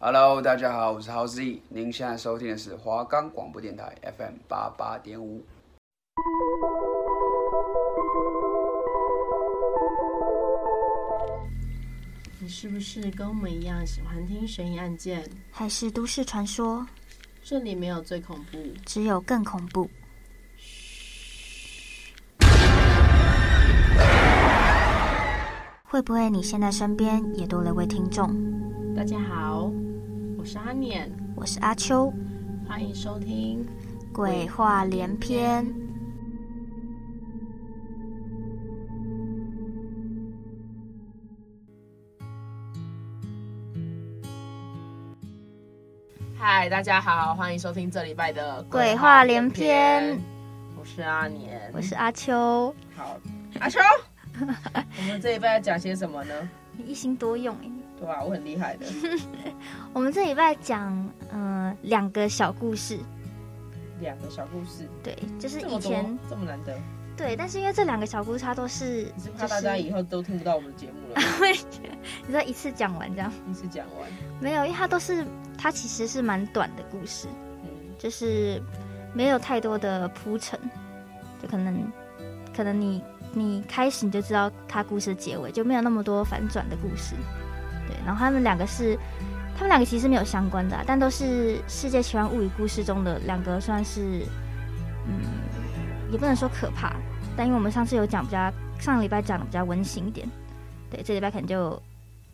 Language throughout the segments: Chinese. Hello，大家好，我是 h o w Z，您现在收听的是华冈广播电台 FM 八八点五。你是不是跟我们一样喜欢听悬疑案件？还是都市传说，这里没有最恐怖，只有更恐怖。会不会你现在身边也多了位听众？大家好，我是阿念，我是阿秋，欢迎收听。鬼话连篇。嗨，大家好，欢迎收听这礼拜的鬼话连篇。我是阿年，我是阿秋，好阿秋。我们这礼拜要讲些什么呢？你一心多用哎。对吧、我很厉害的。我们这礼拜讲，嗯、两个小故事，两个小故 事，对，就是这以么多前，这么难得，对，但是因为这两个小故事它都是，你是就怕大家是以后都听不到我们的节目 了？你说一次讲完这样，一次讲完，没有，因为它都是它其实是蛮短的故事，嗯，就是没有太多的铺陈，就可能可能你你开始你就知道它故事的结尾，就没有那么多反转的故事。对，然后他们两个是，他们两个其实没有相关的啊、但都是《世界奇幻物语》故事中的两个，算是嗯，也不能说可怕，但因为我们上次有讲比较，上礼拜讲的比较温馨一点，对，这礼拜可能就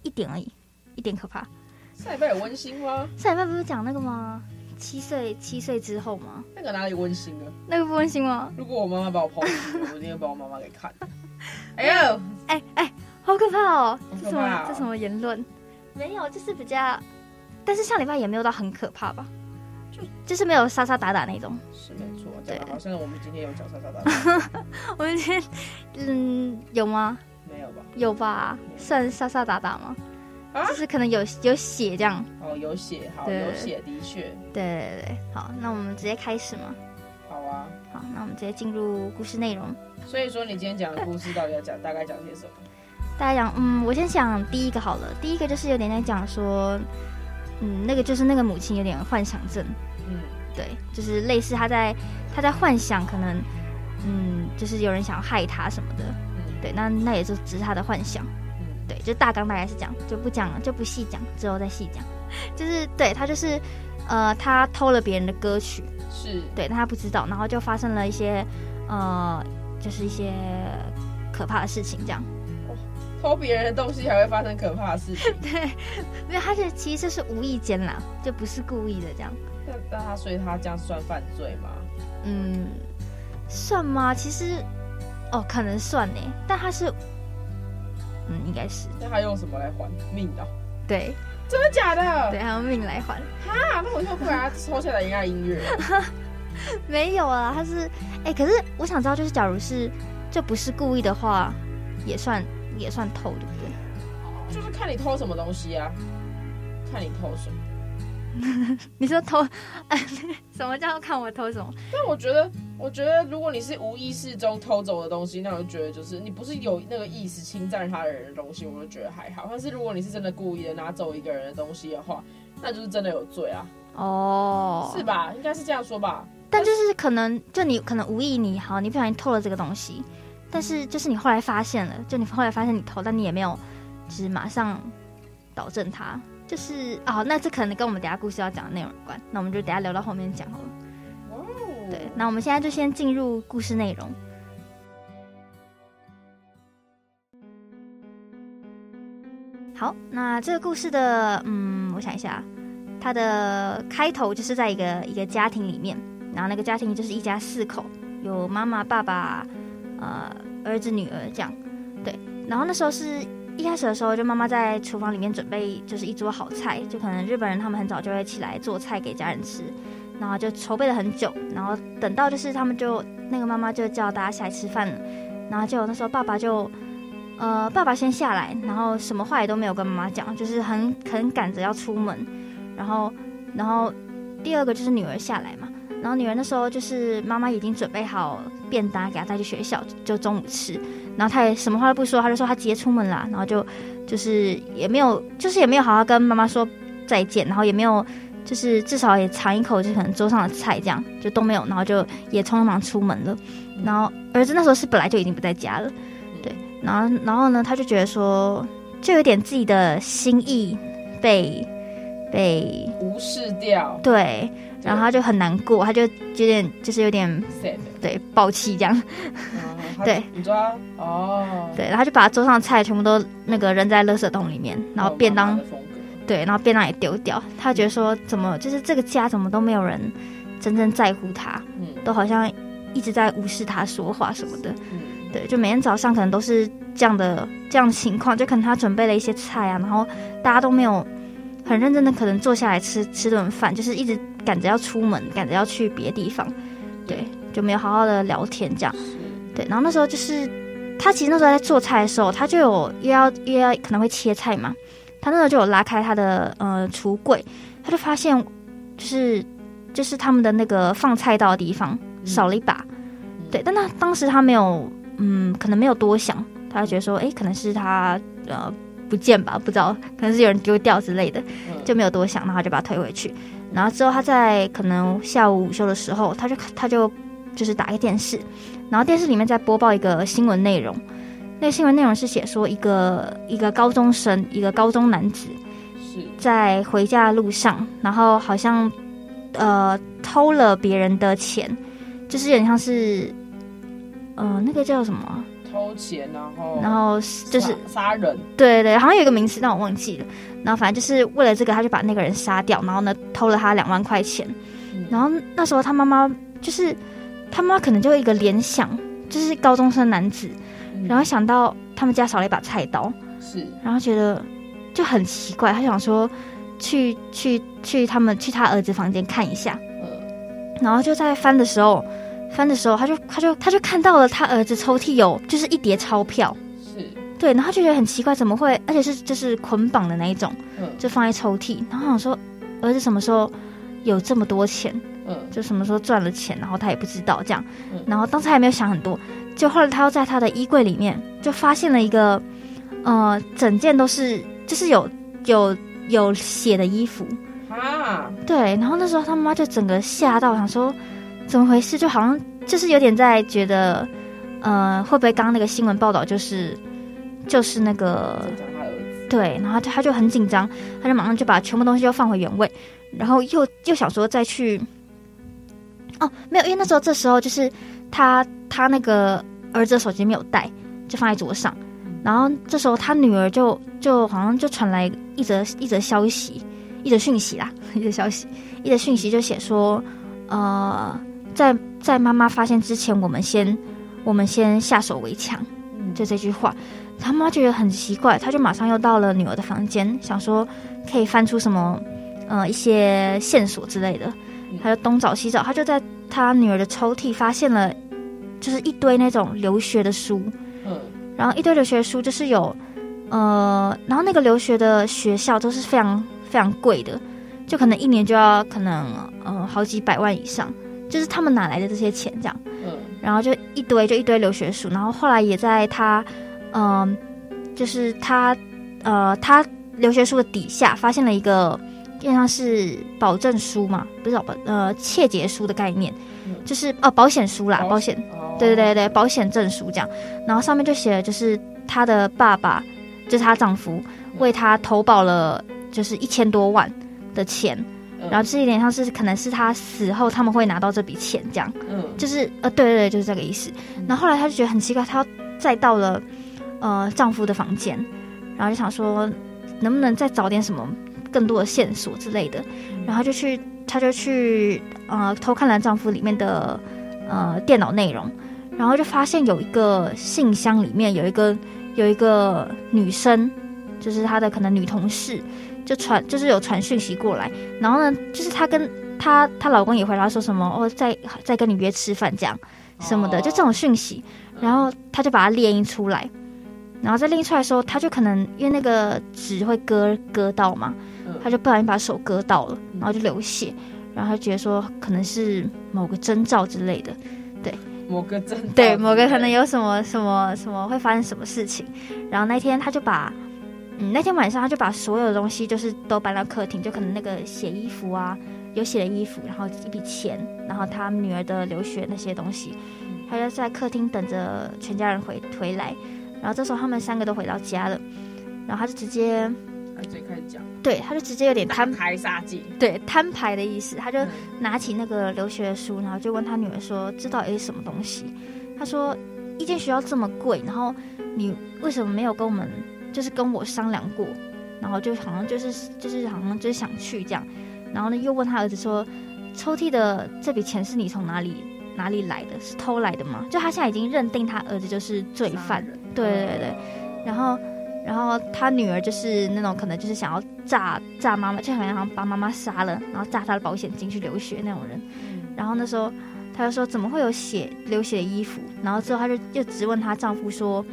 一点而已，一点可怕。上礼拜有温馨吗？上礼拜不是讲那个吗？七岁七岁之后吗？那个哪里温馨啊了？那个不温馨吗？如果我妈妈把我抛弃了，我一定会把我妈妈给砍。哎呦，哎哎，好可怕哦！好这可什么、怕哦这什么言论？没有，就是比较，但是上礼拜也没有到很可怕吧，就就是没有杀杀打打那种。是没错，对讲得好像我们今天有讲莎莎打， 我们今天，嗯，有吗？没有吧？有吧？算杀杀打打吗？啊就是可能有有血这样。哦，有血，好，对有血，的确，对对对，好，那我们直接开始嘛。好啊。好，那我们直接进入故事内容。所以说，你今天讲的故事到底要讲大概讲些什么？大家讲，嗯，我先讲第一个好了。第一个就是有点在讲说，嗯，那个就是那个母亲有点幻想症。嗯，对，就是类似他在他在幻想，可能嗯，就是有人想要害他什么的。嗯对，那那也就只是他的幻想。嗯对，就大纲大概是这样，就不讲了，就不细讲，之后再细讲。就是对他就是呃，他偷了别人的歌曲，是对，但他不知道，然后就发生了一些呃，就是一些可怕的事情这样。 偷别人的东西还会发生可怕的事情。没有，他是其实是无意间啦，就不是故意的这样。那那他所以他这样算犯罪吗？嗯，算吗？其实，哦，可能算呢，但他是，嗯，应该是那他用什么来还命啊？对真的假的？对，还有命来还。啊，那我以后不把他偷下来人家的音乐了。没有啊，他是，哎、可是我想知道，就是假如是就不是故意的话，也算也算偷，对不对？就是看你偷什么东西啊，看你偷什么。你说偷， 什么叫看我偷什么？但我觉得，我觉得如果你是无意识中偷走的东西，那我就觉得就是你不是有那个意识侵占他人的东西，我就觉得还好。但是如果你是真的故意的拿走一个人的东西的话，那就是真的有罪啊，哦，是？吧？应该是这样说吧。但就是可能，就你可能无意你好，你不小心偷了这个东西，但是就是你后来发现了，就你后来发现你偷，但你也没有，就是马上导正它，就是哦，那这可能跟我们等一下故事要讲的内容有关，那我们就等一下留到后面讲好了。哇哦，对，那我们现在就先进入故事内容。好，那这个故事的，嗯，我想一下，它的开头就是在一个一个家庭里面，然后那个家庭就是一家四口，有妈妈、爸爸、呃，儿子、女儿这样。对，然后那时候是一开始的时候，就妈妈在厨房里面准备就是一桌好菜，就可能日本人他们很早就会起来做菜给家人吃，然后就筹备了很久，然后等到就是他们就那个妈妈就叫大家下来吃饭了，然后就那时候爸爸就，呃，爸爸先下来，然后什么话也都没有跟妈妈讲，就是很很赶着要出门，然后然后第二个就是女儿下来嘛，然后女儿那时候就是妈妈已经准备好便当给她带去学校，就中午吃，然后她也什么话都不说，她就说她直接出门啦，然后就就是也没有就是也没有好好跟妈妈说再见，然后也没有就是至少也尝一口，就可能桌上的菜这样就都没有，然后就也匆匆忙出门了。然后儿子那时候是本来就已经不在家了，对，然后然后呢，他就觉得说，就有点自己的心意被被嗯无视掉对，然后他就很难过，他就有点就是有点 sad，对暴气这样，嗯然后他对，你知道他哦，对，然后他就把桌上的菜全部都那个扔在垃圾桶里面，然后哦便妈妈当的风格对，然后便当也丢掉。他觉得说，怎么就是这个家怎么都没有人真正在乎他，嗯都好像一直在无视他说话什么的。嗯对，就每天早上可能都是这样的这样的情况，就可能他准备了一些菜啊，然后大家都没有很认真的可能坐下来吃吃顿饭，就是一直赶着要出门，赶着要去别的地方，对，啊就没有好好的聊天这样。是嗯对，然后那时候就是他其实那时候在做菜的时候，他就有又要又要可能会切菜嘛，他那时候就有拉开他的呃橱柜，他就发现就是就是他们的那个放菜刀的地方少了一把，嗯对，但他当时他没有嗯，可能没有多想，他就觉得说，诶，可能是他呃不见吧，不知道，可能是有人丢掉之类的，嗯就没有多想，然后他就把它推回去。然后之后他在可能下午午休的时候，他就他就就是打开电视，然后电视里面在播报一个新闻内容，那个新闻内容是写说一个一个高中生，一个高中男子是在回家的路上，然后好像呃偷了别人的钱，就是有点像是呃那个叫什么啊、偷钱，然后然后是就是杀杀人，对对，好像有一个名词，但我忘记了。然后反正就是为了这个，他就把那个人杀掉，然后呢偷了他两万块钱。嗯然后那时候他妈妈就是他妈妈可能就有一个联想，就是高中生男子，嗯然后想到他们家少了一把菜刀，是然后觉得就很奇怪，他想说去去去他们去他儿子房间看一下，嗯然后就在翻的时候。翻的时候，他就他就他就看到了他儿子抽屉有就是一叠钞票，是对，然后他就觉得很奇怪，怎么会？而且是就是捆绑的那一种，嗯就放在抽屉。然后我想说，儿子什么时候有这么多钱？嗯就什么时候赚了钱，然后他也不知道这样嗯。然后当时还没有想很多，就后来他又在他的衣柜里面就发现了一个，呃，整件都是就是有有有血的衣服。哈对，然后那时候他妈就整个吓到，想说怎么回事？就好像就是有点在觉得，呃，会不会刚刚那个新闻报道就是就是那个在讲他儿子对，然后他他就很紧张，他就马上就把全部东西都放回原位，然后又又想说再去，哦，没有，因为那时候这时候就是他他那个儿子的手机没有带，就放在桌上，然后这时候他女儿就就好像就传来一则一则消息，一则讯息啦， 一则消息，一则讯息就写说，呃，在在妈妈发现之前，我们先我们先下手为强。嗯就这句话，他妈觉得很奇怪，他就马上又到了女儿的房间，想说可以翻出什么呃一些线索之类的嗯，他就东找西找，他就在他女儿的抽屉发现了就是一堆那种留学的书，嗯然后一堆留学书就是有呃，然后那个留学的学校都是非常非常贵的，就可能一年就要可能呃好几百万以上，就是他们哪来的这些钱这样。嗯然后就一堆就一堆留学书，然后后来也在他，嗯、就是他，呃，他留学书的底下发现了一个，有点像是保证书嘛，不是保呃窃结书的概念嗯，就是哦保险书啦，保保险，哦对对对对，保险证书这样，然后上面就写了就是她的爸爸，就是她丈夫嗯为她投保了就是一千多万的钱，嗯然后这一点像是可能是她死后他们会拿到这笔钱这样。嗯就是呃，对对对，就是这个意思嗯。然后后来她就觉得很奇怪，她再到了呃丈夫的房间，然后就想说能不能再找点什么更多的线索之类的，嗯然后就去她就去呃偷看了丈夫里面的呃电脑内容，然后就发现有一个信箱里面有一个有一个女生，就是她的可能女同事。就传就是有传讯息过来，然后呢，就是她跟她她老公也回答说什么哦，再再跟你约吃饭这样什么的，哦嗯就这种讯息。然后她就把它列印出来，然后在列印出来的时候，她就可能因为那个纸会割割到嘛嗯，她就不小心把手割到了，然后就流血，然后她觉得说可能是某个征兆之类的，某个真对，某个可能有什么什么什么会发生什么事情。然后那天她就把嗯，那天晚上他就把所有的东西就是都搬到客厅，就可能那个写衣服啊，有写的衣服，然后一笔钱，然后他女儿的留学那些东西，他就在客厅等着全家人回回来。然后这时候他们三个都回到家了，然后他就直接他直接开始讲，对，他就直接有点摊开杀戒，对摊牌的意思，他就嗯拿起那个留学的书，然后就问他女儿说：“这到底是什么东西？”他说：“一间学校这么贵，然后你为什么没有跟我们，就是跟我商量过？然后就好像就是就是好像就是想去这样。然后呢，又问他儿子说：‘抽屉的这笔钱是你从哪里哪里来的？是偷来的吗？’就他现在已经认定他儿子就是罪犯嗯杀，人对对对。然后，然后他女儿就是那种可能就是想要炸炸妈妈，就好像好像把妈妈杀了，然后炸她的保险金去留学那种人。嗯然后那时候他就说怎么会有血流血的衣服？然后之后他就又质问她丈夫说，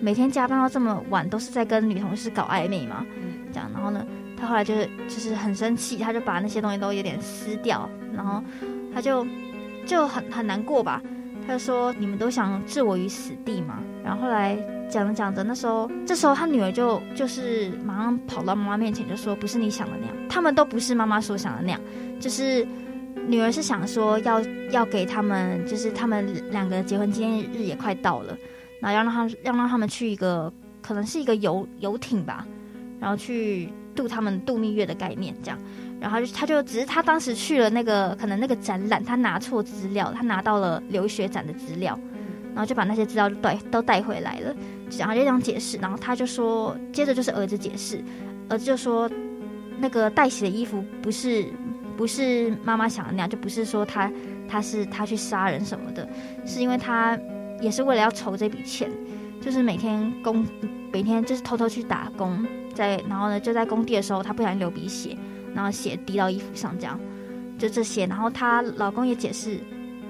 每天加班到这么晚都是在跟女同事搞暧昧吗？嗯这样，然后呢，他后来就是就是很生气，他就把那些东西都有点撕掉，然后他就就很很难过吧。他就说：“你们都想置我于死地吗？”然后后来讲着讲着，那时候这时候他女儿就就是马上跑到妈妈面前，就说：“不是你想的那样，他们都不是妈妈所想的那样，就是女儿是想说要要给他们，就是他们两个结婚纪念日也快到了，然后要让他要让他们去一个可能是一个游游艇吧，然后去度他们度蜜月的概念这样。然后他就他就只是他当时去了那个可能那个展览，他拿错资料，他拿到了留学展的资料，然后就把那些资料都带都带回来了，然后就这样解释。然后他就说，接着就是儿子解释，儿子呃就说那个带血的衣服不是不是妈妈想的那样，就不是说他他是他去杀人什么的，是因为他也是为了要筹这笔钱，就是每天工每天就是偷偷去打工，在然后呢就在工地的时候，他不小心流鼻血，然后血滴到衣服上，这样就这些。然后她老公也解释，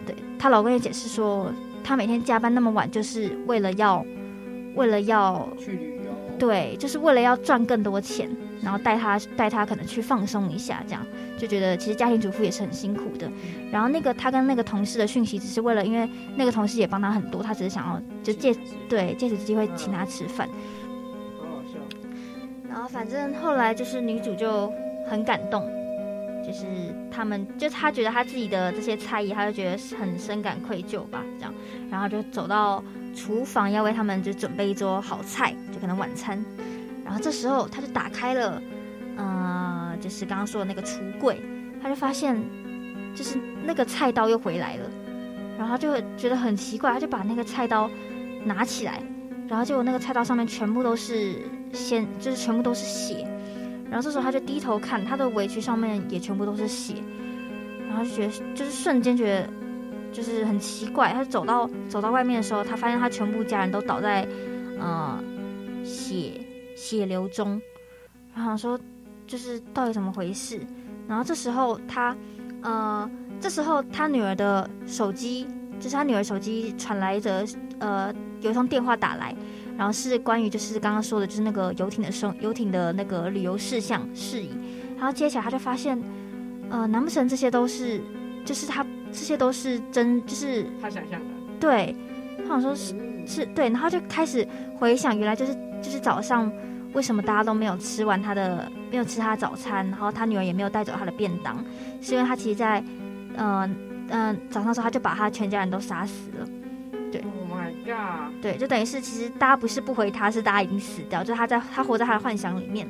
对她老公也解释说，她每天加班那么晚，就是为了要为了要嗯去旅游，对，就是为了要赚更多钱，然后带他带他可能去放松一下，这样就觉得其实家庭主妇也是很辛苦的。然后那个他跟那个同事的讯息，只是为了因为那个同事也帮他很多，他只是想要就借其实是，对借此机会请他吃饭。好好笑，然后反正后来就是女主就很感动，就是他们就她觉得她自己的这些猜疑，她就觉得很深感愧疚吧，这样，然后就走到厨房要为他们就准备一桌好菜，就可能晚餐。然后这时候她就打开了，呃，就是刚刚说的那个橱柜，她就发现就是那个菜刀又回来了，然后她就觉得很奇怪，她就把那个菜刀拿起来，然后结果那个菜刀上面全部都是鲜，就是全部都是血。然后这时候他就低头看，他的围裙上面也全部都是血，然后就觉得就是瞬间觉得就是很奇怪。他走到走到外面的时候，他发现他全部家人都倒在呃血血流中，然后想说就是到底怎么回事？然后这时候他呃这时候他女儿的手机，就是他女儿手机传来一则呃有一通电话打来，然后是关于就是刚刚说的，就是那个游艇的生游艇的那个旅游事项事宜。然后接起来他就发现，呃，难不成这些都是，就是他呃这些都是真，就是他想象的，对，他想说是嗯是对，然后就开始回想，原来就是就是早上为什么大家都没有吃完他的没有吃他的早餐，然后他女儿也没有带走他的便当，是因为他其实在，呃呃早上的时候他就把他全家人都杀死了。 ，Oh my god，对，就等于是其实大家不是不回他，是大家已经死掉，就是他在他活在他的幻想里面，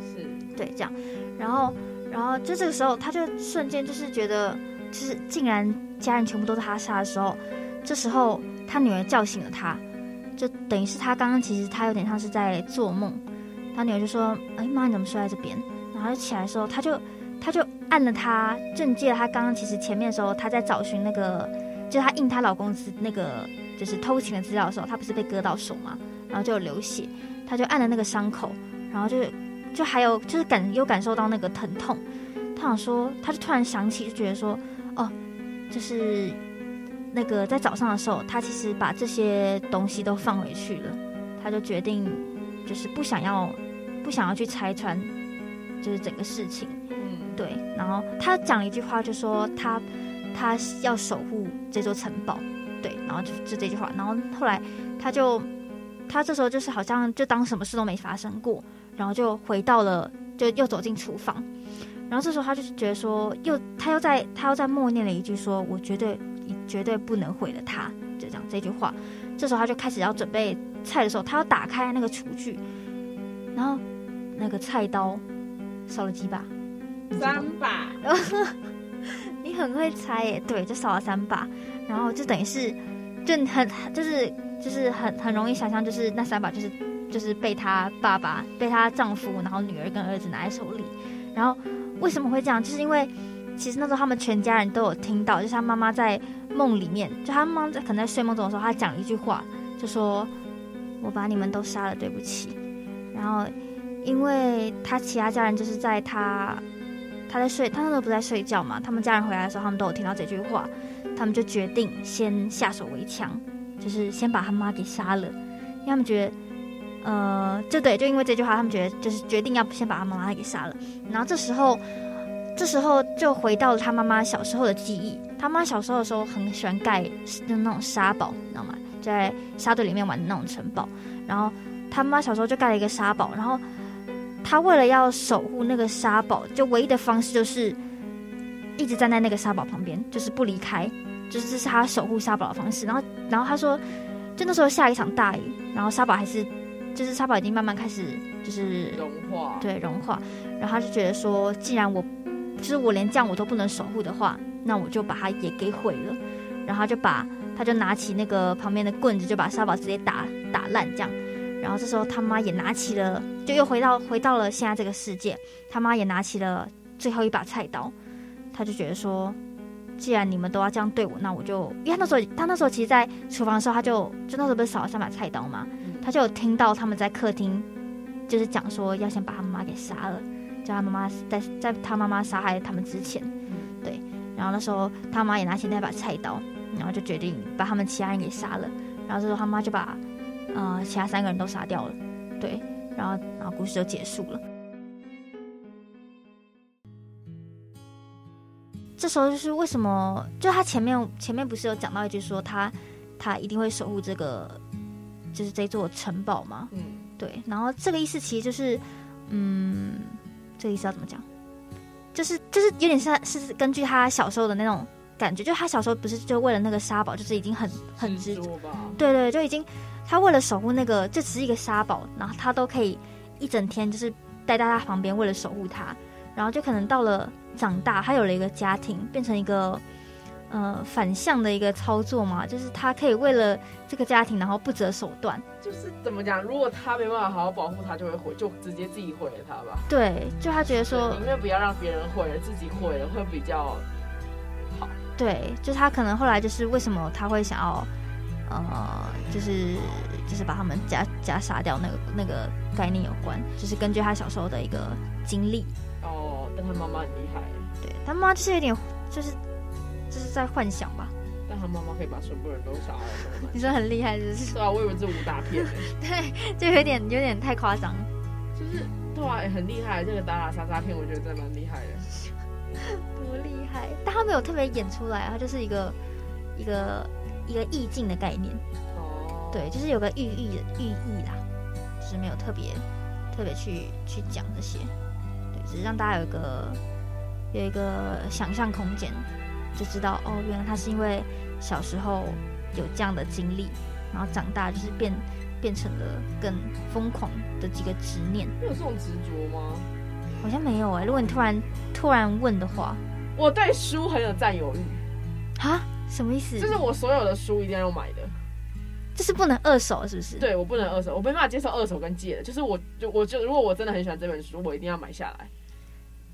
是对，这样，然后然后就这个时候他就瞬间就是觉得，就是竟然家人全部都是他杀的时候，这时候他女儿叫醒了他，就等于是他刚刚其实他有点像是在做梦，他女儿就说，哎妈你怎么睡在这边？然后他就起来的时候，他就他就按了他，就你记得他刚刚其实前面的时候他在找寻那个，就她印她老公资那个就是偷情的资料的时候，她不是被割到手嘛，然后就有流血，她就按了那个伤口，然后就就还有就是感有感受到那个疼痛，她想说，她就突然想起，就觉得说，哦，就是那个在早上的时候，她其实把这些东西都放回去了，她就决定就是不想要不想要去拆穿，就是整个事情。嗯，对，然后他讲了一句话，就说他他要守护这座城堡，对，然后就就这句话，然后后来他就他这时候就是好像就当什么事都没发生过，然后就回到了，就又走进厨房。然后这时候他就是觉得说，又他又在他又在默念了一句说，我绝对绝对不能毁了他，就这样这句话。这时候他就开始要准备菜的时候，他要打开那个厨具，然后那个菜刀少了几把，三把，你很会猜耶，对，就少了三把，然后就等于是，就很就是就是很很容易想象，就是那三把就是就是被她爸爸、被她丈夫，然后女儿跟儿子拿在手里。然后为什么会这样？就是因为其实那时候他们全家人都有听到，就是他妈妈在梦里面，就他妈妈在可能在睡梦中的时候，她讲了一句话，就说：“我把你们都杀了，对不起。”然后因为他其他家人就是在他他在睡，他那时候不是在睡觉嘛？他们家人回来的时候，他们都有听到这句话，他们就决定先下手为强，就是先把他妈给杀了，因为他们觉得，呃，就对，就因为这句话，他们觉得就是决定要先把他妈妈给杀了。然后这时候，这时候就回到了他妈妈小时候的记忆。他妈小时候的时候很喜欢盖就那种沙堡，你知道吗？就在沙堆里面玩的那种城堡。然后他妈小时候就盖了一个沙堡，然后他为了要守护那个沙堡，就唯一的方式就是一直站在那个沙堡旁边，就是不离开，就是这是他守护沙堡的方式。然后，然后他说，就那时候下一场大雨，然后沙堡还是，就是沙堡已经慢慢开始就是融化，对融化，然后他就觉得说，既然我就是我连这样我都不能守护的话，那我就把它也给毁了。然后他就把他就拿起那个旁边的棍子，就把沙堡直接打打烂这样。然后这时候他妈也拿起了，就又回到回到了现在这个世界。他妈也拿起了最后一把菜刀，他就觉得说，既然你们都要这样对我，那我就因为他那时候他那时候其实，在厨房的时候，他就就那时候不是少了三把菜刀嘛，嗯他就有听到他们在客厅就是讲说要先把他妈妈给杀了，叫他妈妈在在他妈妈杀害他们之前，对，然后那时候他妈也拿起那把菜刀，然后就决定把他们其他人给杀了，然后这时候他妈就把呃其他三个人都杀掉了，对，然后然后故事就结束了。这时候就是为什么，就他前面前面不是有讲到一句说他他一定会守护这个，就是这座城堡吗？嗯，对，然后这个意思其实就是，嗯，这个意思要怎么讲？就是就是有点像是根据他小时候的那种感觉，就他小时候不是就为了那个沙堡，就是已经很很执执着吧，对对，就已经他为了守护那个，这只是一个沙堡，然后他都可以一整天就是待在他旁边，为了守护他。然后就可能到了长大，他有了一个家庭，变成一个呃反向的一个操作嘛，就是他可以为了这个家庭，然后不择手段。就是怎么讲，如果他没办法好好保护他，就会毁，就直接自己毁了他吧。对，就他觉得说对，宁愿不要让别人毁了，自己毁了会比较对，就他可能后来就是为什么他会想要，呃，就是就是把他们家家杀掉那个那个概念有关，就是根据他小时候的一个经历。哦。但他妈妈很厉害，对他妈就是有点，就是就是在幻想吧。但他妈妈可以把全部人都杀了。怎么办你说很厉害，就 是 对啊，我以为这武打片、欸，就有点有点太夸张。就是对啊，欸很厉害。这个打打杀杀片，我觉得真的蛮厉害的。多厉害！但他没有特别演出来啊，他就是一个一个一个意境的概念，哦，对，就是有个寓意的寓意啦，就是没有特别特别去去讲这些，对，只是让大家有一个有一个想象空间，就知道哦，原来他是因为小时候有这样的经历，然后长大就是变变成了更疯狂的几个执念，你有这种执着吗？好像没有哎、如果你突然突然问的话，我对书很有占有欲，啊，什么意思？就是我所有的书一定要用买的。就是不能二手，是不是？对我不能二手，我没办法接受二手跟借的。就是我就我就如果我真的很喜欢这本书，我一定要买下来，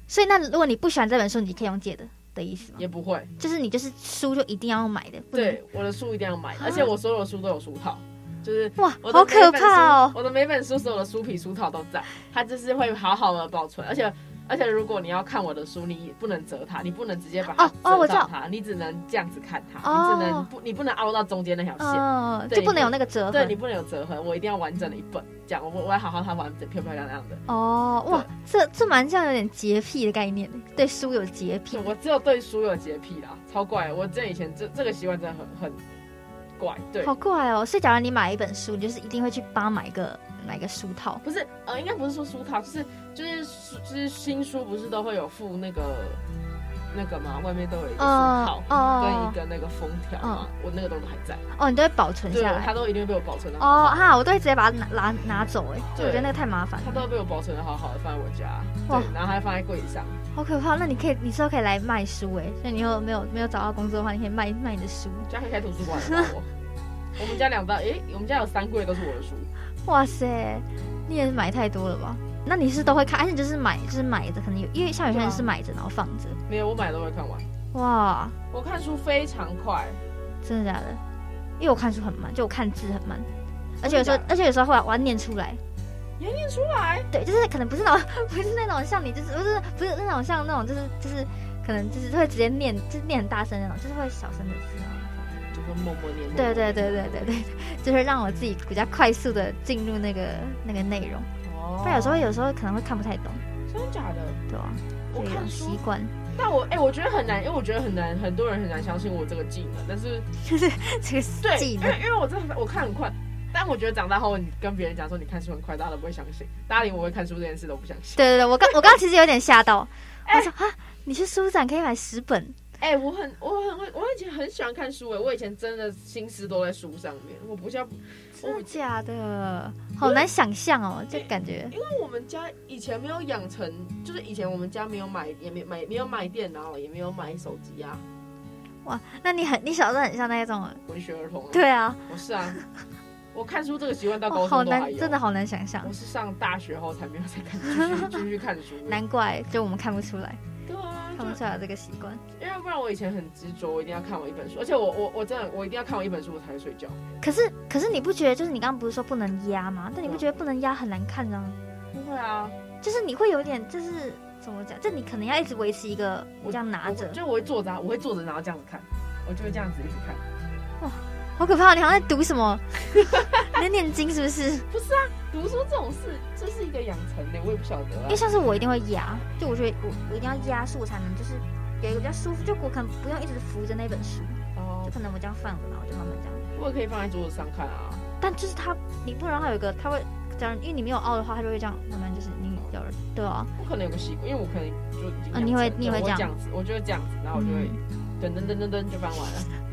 所以那如果你不喜欢这本书，你可以用借的的意思吗？也不会。就是你就是书就一定要买的，不能对，我的书一定要买，而且我所有的书都有书套，就是哇，我的好可每本怕书哦！我的每本书所有的书皮书套都在，它就是会好好的保存，而且而且如果你要看我的书，你不能折它，你不能直接把它哦哦我折知到道它，你只能这样子看它，哦你只能不你不能凹到中间那条线。嗯、对就不能有那个折对你痕不能有折痕，我一定要完整的一本，这样我我我要好好它完整漂漂亮亮的。哦。哇对，这这蛮像有点洁癖的概念，对书有洁癖对，我只有对书有洁癖啦，超怪的。我这以前这这个习惯真的很很怪，对，好怪哦！所以假如你买一本书，你就是一定会去帮他买一个买一个书套，不是呃，应该不是说书套，就是就是书就是新书不是都会有附那个那个吗？外面都有一个书套。哦跟一哦个那个封条嘛，我那个东西还在，哦哦，你都会保存对下，它来。都一定会被我保存的，哦啊，我都会直接把它拿拿拿走哎，我对觉得那个太麻烦它了，都被我保存的好好的，放在我家，哇对，然后还放在柜子上，好可怕。那你可以，你之后可以来卖书哎，所以你以后没有没有找到工作的话，你可以卖卖你的书。家可以开图书馆了 吧我。我们家两大，诶、我们家有三柜都是我的书，哇塞，你也是买太多了吧？那你是都会看，而且就是买就是买着，可能有因为像有些人对啊是买着然后放着，没有我买的都会看完。哇，我看书非常快，真的假的？因为我看书很慢，就我看字很慢，而且有时候真的假的而且有时候会把我要念出来，也念出来，对，就是可能不是那种 不是那种像你就是不是不是那种像那种就是就是可能就是会直接念就是念很大声那种，就是会小声的字啊。就会默默念。对对对对对对，就是让我自己比较快速的进入那个那个内容，对。哦不然有时候有时候可能会看不太懂，真的假的？对吧、我所以有看书习，惯， 但我哎、我觉得很难，因为我觉得很难，很多人很难相信我这个技能。但是就是这个对，技因能为因为我真的我看很快，但我觉得长大后你跟别人讲说你看书很快，大家都不会相信，大家连我会看书这件事都不相信。对对对，我刚我刚刚其实有点吓到，我说啊，你去书展可以买十本，哎、我很我很会，我以前很喜欢看书哎、我以前真的心思都在书上面，我不像真我的假的？好难想象哦，就感觉因为我们家以前没有养成，就是以前我们家没有买，也没买，没有买电脑，也没有买手机啊，哇，那你很你小时候很像那种，哦文学儿童、啊。，对啊，我是啊，我看书这个习惯到哦，高好中都难还，有，真的。好难想象我，是上大学后才没有再看，继续继续看书。难怪就我们看不出来，对啊，看就不出来有这个习惯，因为不然我以前很执着，我一定要看完一本书，而且我我我真的我一定要看完一本书我才会睡觉。可是可是你不觉得就是你刚刚不是说不能压吗？但你不啊觉得不能压很难看吗？不会啊，就是你会有点就是怎么讲，就你可能要一直维持一个我这样拿我着，就我会坐着啊，我会坐着然后这样子看，我就会这样子一直看。好可怕，你好像在读什 么？你在念经是不是？读书这种事，这是一个养成的，我也不晓得啊因为。像是我一定会压，就我觉得我我一定要压住，我才能就是有一个比较舒服，就我可能不用一直扶着那本书，就哦，可能我这样放着，然后就慢慢这样。我也可以放在桌子上看啊。但就是它，你不能让它有一个，它会这样，因为你没有凹的话，它就会这样慢慢就是你有了，对啊，我可能有个习惯，因为我可能就已经养成啊你会了你会我这样嗯这样子，我就会这样子，然后我就会噔噔噔噔噔就翻完了，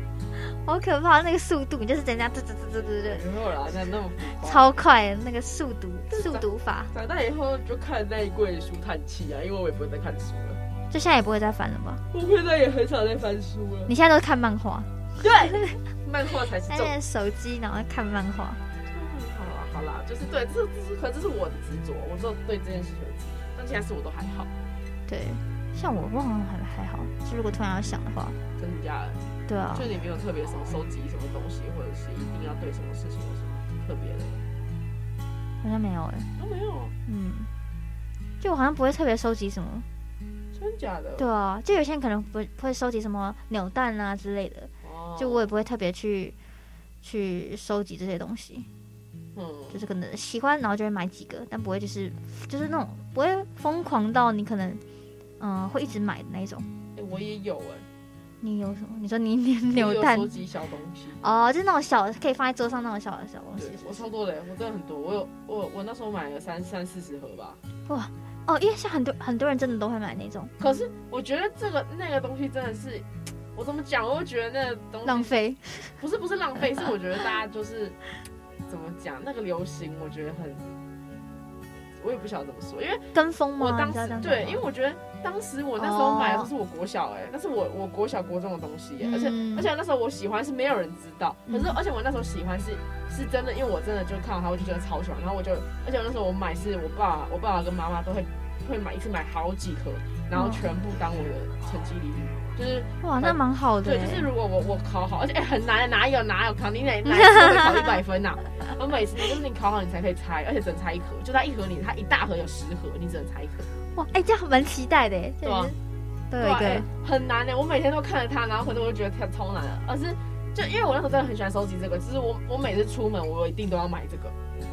好可怕，那个速度，你就是人家嘟嘟嘟嘟 嘟嘟，没有啦，那那么浮夸超快，那个速读速读 法，长大以后就看那一柜的书叹气啊，因为我也不会再看书了，就现在也不会再翻了吧？我现在也很少再翻书了。你现在都看漫 画，对，漫画才是现重在手机然后看漫画，好啦好啦，就是对，这这是可这是我的执着，我说对这件事情的执着，但其他事我都还好，对，像我我好像还还好，就如果突然要想的话，真的假的？对啊就，你没有特别什么收集什么东西，或者是一定要对什么事情有什么特别的？好像没有哎、都没有，嗯，就我好像不会特别收集什么，真假的？对啊，就有些人可能不不会收集什么扭蛋啊之类的，哦就我也不会特别去去收集这些东西，嗯，就是可能喜欢然后就会买几个，但不会就是就是那种不会疯狂到你可能嗯、呃会一直买的那一种。诶我也有哎、你有什么？你说你你我也有 扭蛋收集小东西，哦，就是那种小可以放在桌上那种小小东西对是不我是超多的、我真的很多，我有我我那时候买了三三四十盒吧。哦，因为像很多很多人真的都会买那种可是我觉得这个那个东西真的是，我怎么讲？我会觉得那个东西浪费，不是不是浪费，是我觉得大家就是怎么讲那个流行，我觉得很，我也不晓得怎么说，因为跟风我吗？当你知道这时样对，讲因吗为我觉得当时我那时候买的哦是我国小哎、那是我我国小国中的东西、欸，嗯而且而且那时候我喜欢是没有人知道，可是嗯而且我那时候喜欢是是真的，因为我真的就看到它，我就觉得超喜欢，然后我就而且我那时候我买是我爸我爸爸跟妈妈都会会买一次买好几盒，然后哇全部当我的成绩礼物，就是哇，那蛮好的对，欸，就是如果我我考好，而且、哎很难，哪有哪有考你哪哪一 次都会考一百分呐、我每次就是你考好你才可以拆，而且只能拆一盒，就它一盒里它一大盒有十盒，你只能拆一盒。哇，哎、这样蛮期待的欸，对啊就是都有一对啊个哎很难呢、我每天都看着它，然后可是我就觉得它超难的，而是就因为我那时候真的很喜欢收集这个，就是我我每次出门我一定都要买这个，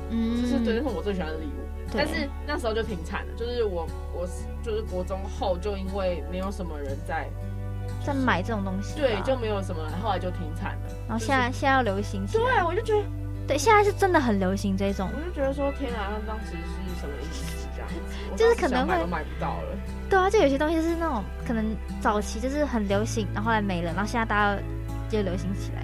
嗯，哎就是对，这是我最喜欢的礼物。对但是那时候就停产了，就是我我是就是国中后就因为没有什么人在，在买这种东西吧。啊对，就没有什么了，后来就停产了。然后现在、就是现在要流行起来，对，啊我就觉得，对，现在是真的很流行这种，我就觉得说，天哪，他当时是什么意思？这样子，我就是当时可想能买会都买不到了。对啊，就有些东西是那种可能早期就是很流行，然后后来没了，然后现在大家就流行起来。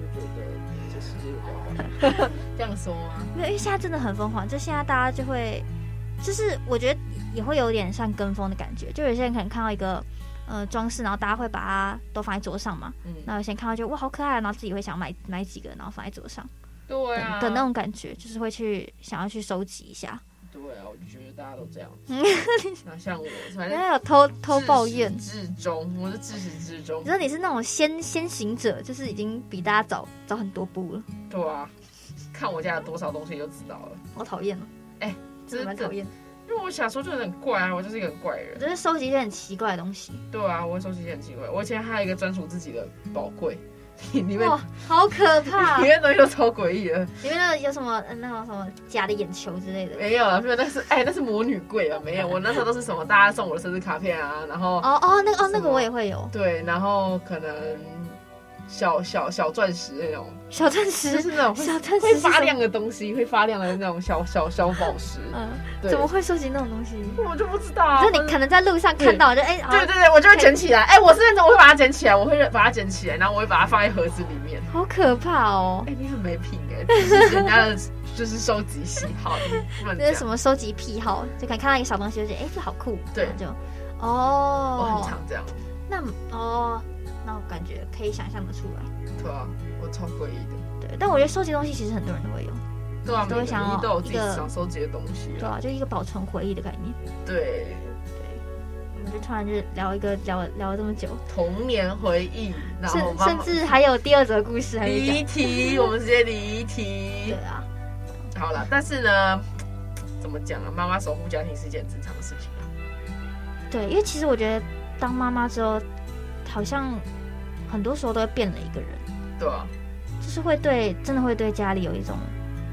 我就觉得嗯这世界有多 好这样说吗？没有，因为现在真的很疯狂，就现在大家就会，就是我觉得也会有点像跟风的感觉，就有些人可能看到一个呃装饰，然后大家会把它都放在桌上嘛，嗯，那有些人看到就哇好可爱，然后自己会想买买几个，然后放在桌上对 啊，的那种感觉，就是会去想要去收集一下。对啊，我就觉得大家都这样子。 那像我，反人正家有偷嗯偷自抱始怨，至终，我是自始至终你。说你是那种先先行者，就是已经比大家早早很多步了，对啊，看我家有多少东西就知道了。好讨厌哦，真的真蛮的讨，厌。因为我小时候就很怪啊，我就是一个很怪我人。就是收集一些很奇怪的东西，对啊，我会收集一些很奇怪。我以前还有一个专属自己的宝柜，里面哇，好可 怕！里里面东西都超诡异的。面那个有什么呃那种什么假的眼球之类的。没有啊，没有，那是哎，那是魔女柜啊，没有。我那时候都是什么，大家送我的生日卡片啊，然后哦哦，那个什哦么那个我也会有对，然后可能小小小钻石那种，小钻就石，是那种会小钻石会是发什么亮。的东西，会发亮的那种小小小宝石。嗯，对怎么会收集那种东西？我就不知道啊。就你我可能在路上看到，就哎，好对对对，我就会捡起来。哎、我是那种我会把它捡起来，我会把它捡起来，然后我会把它放在盒子里面。好可怕哦哎、！你很没品哎、这是人家的就是收集喜好，你乱这是什讲。么收集癖好？就可能看到一个小东西，就觉得哎，这好酷，对然后就我很哦，常这样，那哦，那我感觉可以想象得出来。对啊，我超诡异的。对，但我觉得收集东西其实很多人都会有，对啊，都会每个想人要都有自己一个想收集的东西对啊。啊，就一个保存回忆的概念。对，对，我们就突然就聊一个聊聊了这么久，童年回忆，然后甚慢甚慢至还有第二则故事还没离讲。题，我们直接离对题。啊，好了，但是呢，怎么讲啊？妈妈守护家庭是件很正常的事情啊。对，因为其实我觉得当妈妈之后，好像很多时候都会变了一个人，对啊，就是会对真的会对家里有一种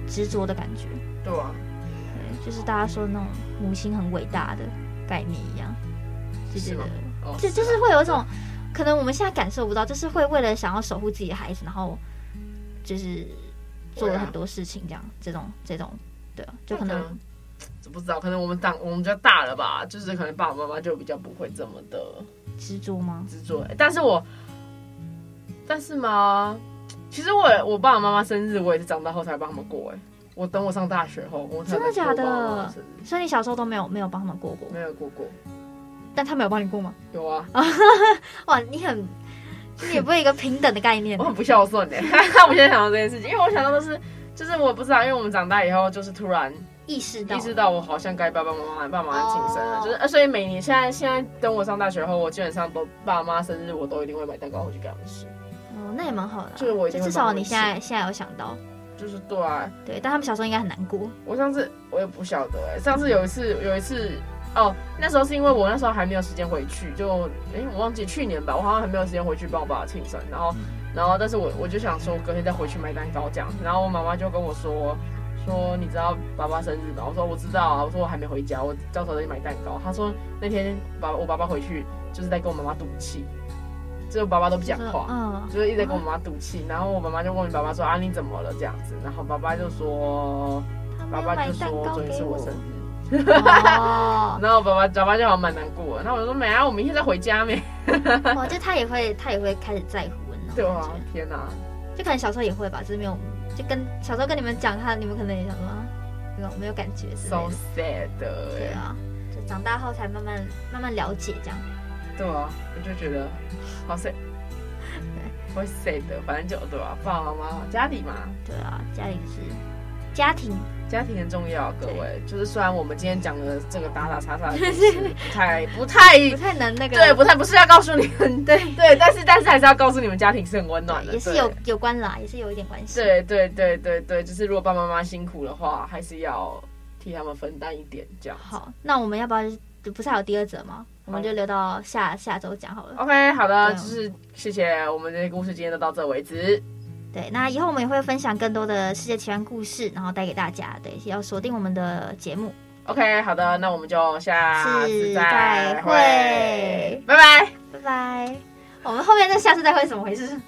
执着的感觉，对啊，对，就是大家说那种母亲很伟大的概念一样，就觉是吗得。哦，就就是会有一种，可能我们现在感受不到，就是会为了想要守护自己的孩子，然后就是做了很多事情，这样、这种这种，对啊，就可能这不知道，可能我们长我们比较大了吧，就是可能爸爸妈妈就比较不会这么的执着吗？执着。欸但是我，但是嘛，其实我也我爸爸妈妈生日，我也是长大后才帮他们过、欸。我等我上大学后，我才真的假的过爸爸妈妈生日所以你小时候都没有没有帮他们过过，没有过过，但他们有帮你过吗？有啊，哇，你很，你也不会有一个平等的概念我，很不孝顺的、欸。 我现在想到这件事情，因为我想到的是，就是我不知道，因为我们长大以后，就是突然意识到意识到我好像该爸爸妈妈和爸妈庆生了哦就是呃，所以每年现在现在等我上大学后，我基本上都爸妈生日我都一定会买蛋糕回去给他们吃，哦，那也蛮好的啊、就是我一定就会至帮少他们你现在现在有想到，就是对啊，对，但他们小时候应该很难过，我上次我也不晓得哎、上次有一次有一次哦，那时候是因为我那时候还没有时间回去，就哎、我忘记去年吧，我好像还没有时间回去帮我爸爸庆生，然后然后但是我我就想说隔天再回去买蛋糕这样，然后我妈妈就跟我说。说你知道爸爸生日吗？我说我知道啊，我说我还没回家，我到时候再去买蛋糕。她说那天爸我爸爸回去就是在跟我妈妈赌气，就是我爸爸都不讲就是话，嗯，就是一直在跟我妈妈赌气，然后我妈妈就问爸爸说啊你怎么了这样子，然后爸爸就说爸他爸们买就蛋说糕昨天给是我我生，日，哦， 然后爸爸爸爸就好像蛮难过的，那我说没啊，我明天再回家没？ 哇，哦就他也会他也会开始在乎那对种感啊觉。，天哪、就可能小时候也会吧，只是没有，就跟小时候跟你们讲他，你们可能也想说啊没有没有感觉之类 s o 的， sad 对哎、啊，就长大后才慢慢慢慢了解这样。对啊，我就觉得好 sad，会 sad，的反正就对啊，爸爸妈妈家里嘛，对啊，家里是家庭，家庭很重要，各对位，就是虽然我们今天讲的这个打打杀杀的故 事不太不太不太能那个对，不太不是要告诉你们对对，但是但是还是要告诉你们家庭是很温暖的，也是对有有关啦，也是有一点关系。对对对对对，就是如果爸爸妈妈辛苦的话，还是要替他们分担一点这样子。好，那我们要不要就不是还有第二则吗？我们就留到下下周讲好了。 ，OK，好的，对啊就是谢谢我们这些故事，今天就到这为止。对，那以后我们也会分享更多的世界奇观故事，然后带给大家。对，要锁定我们的节目。 OK，好的，那我们就下次是再再会拜拜。拜拜。我们后面那下次再会怎么回事？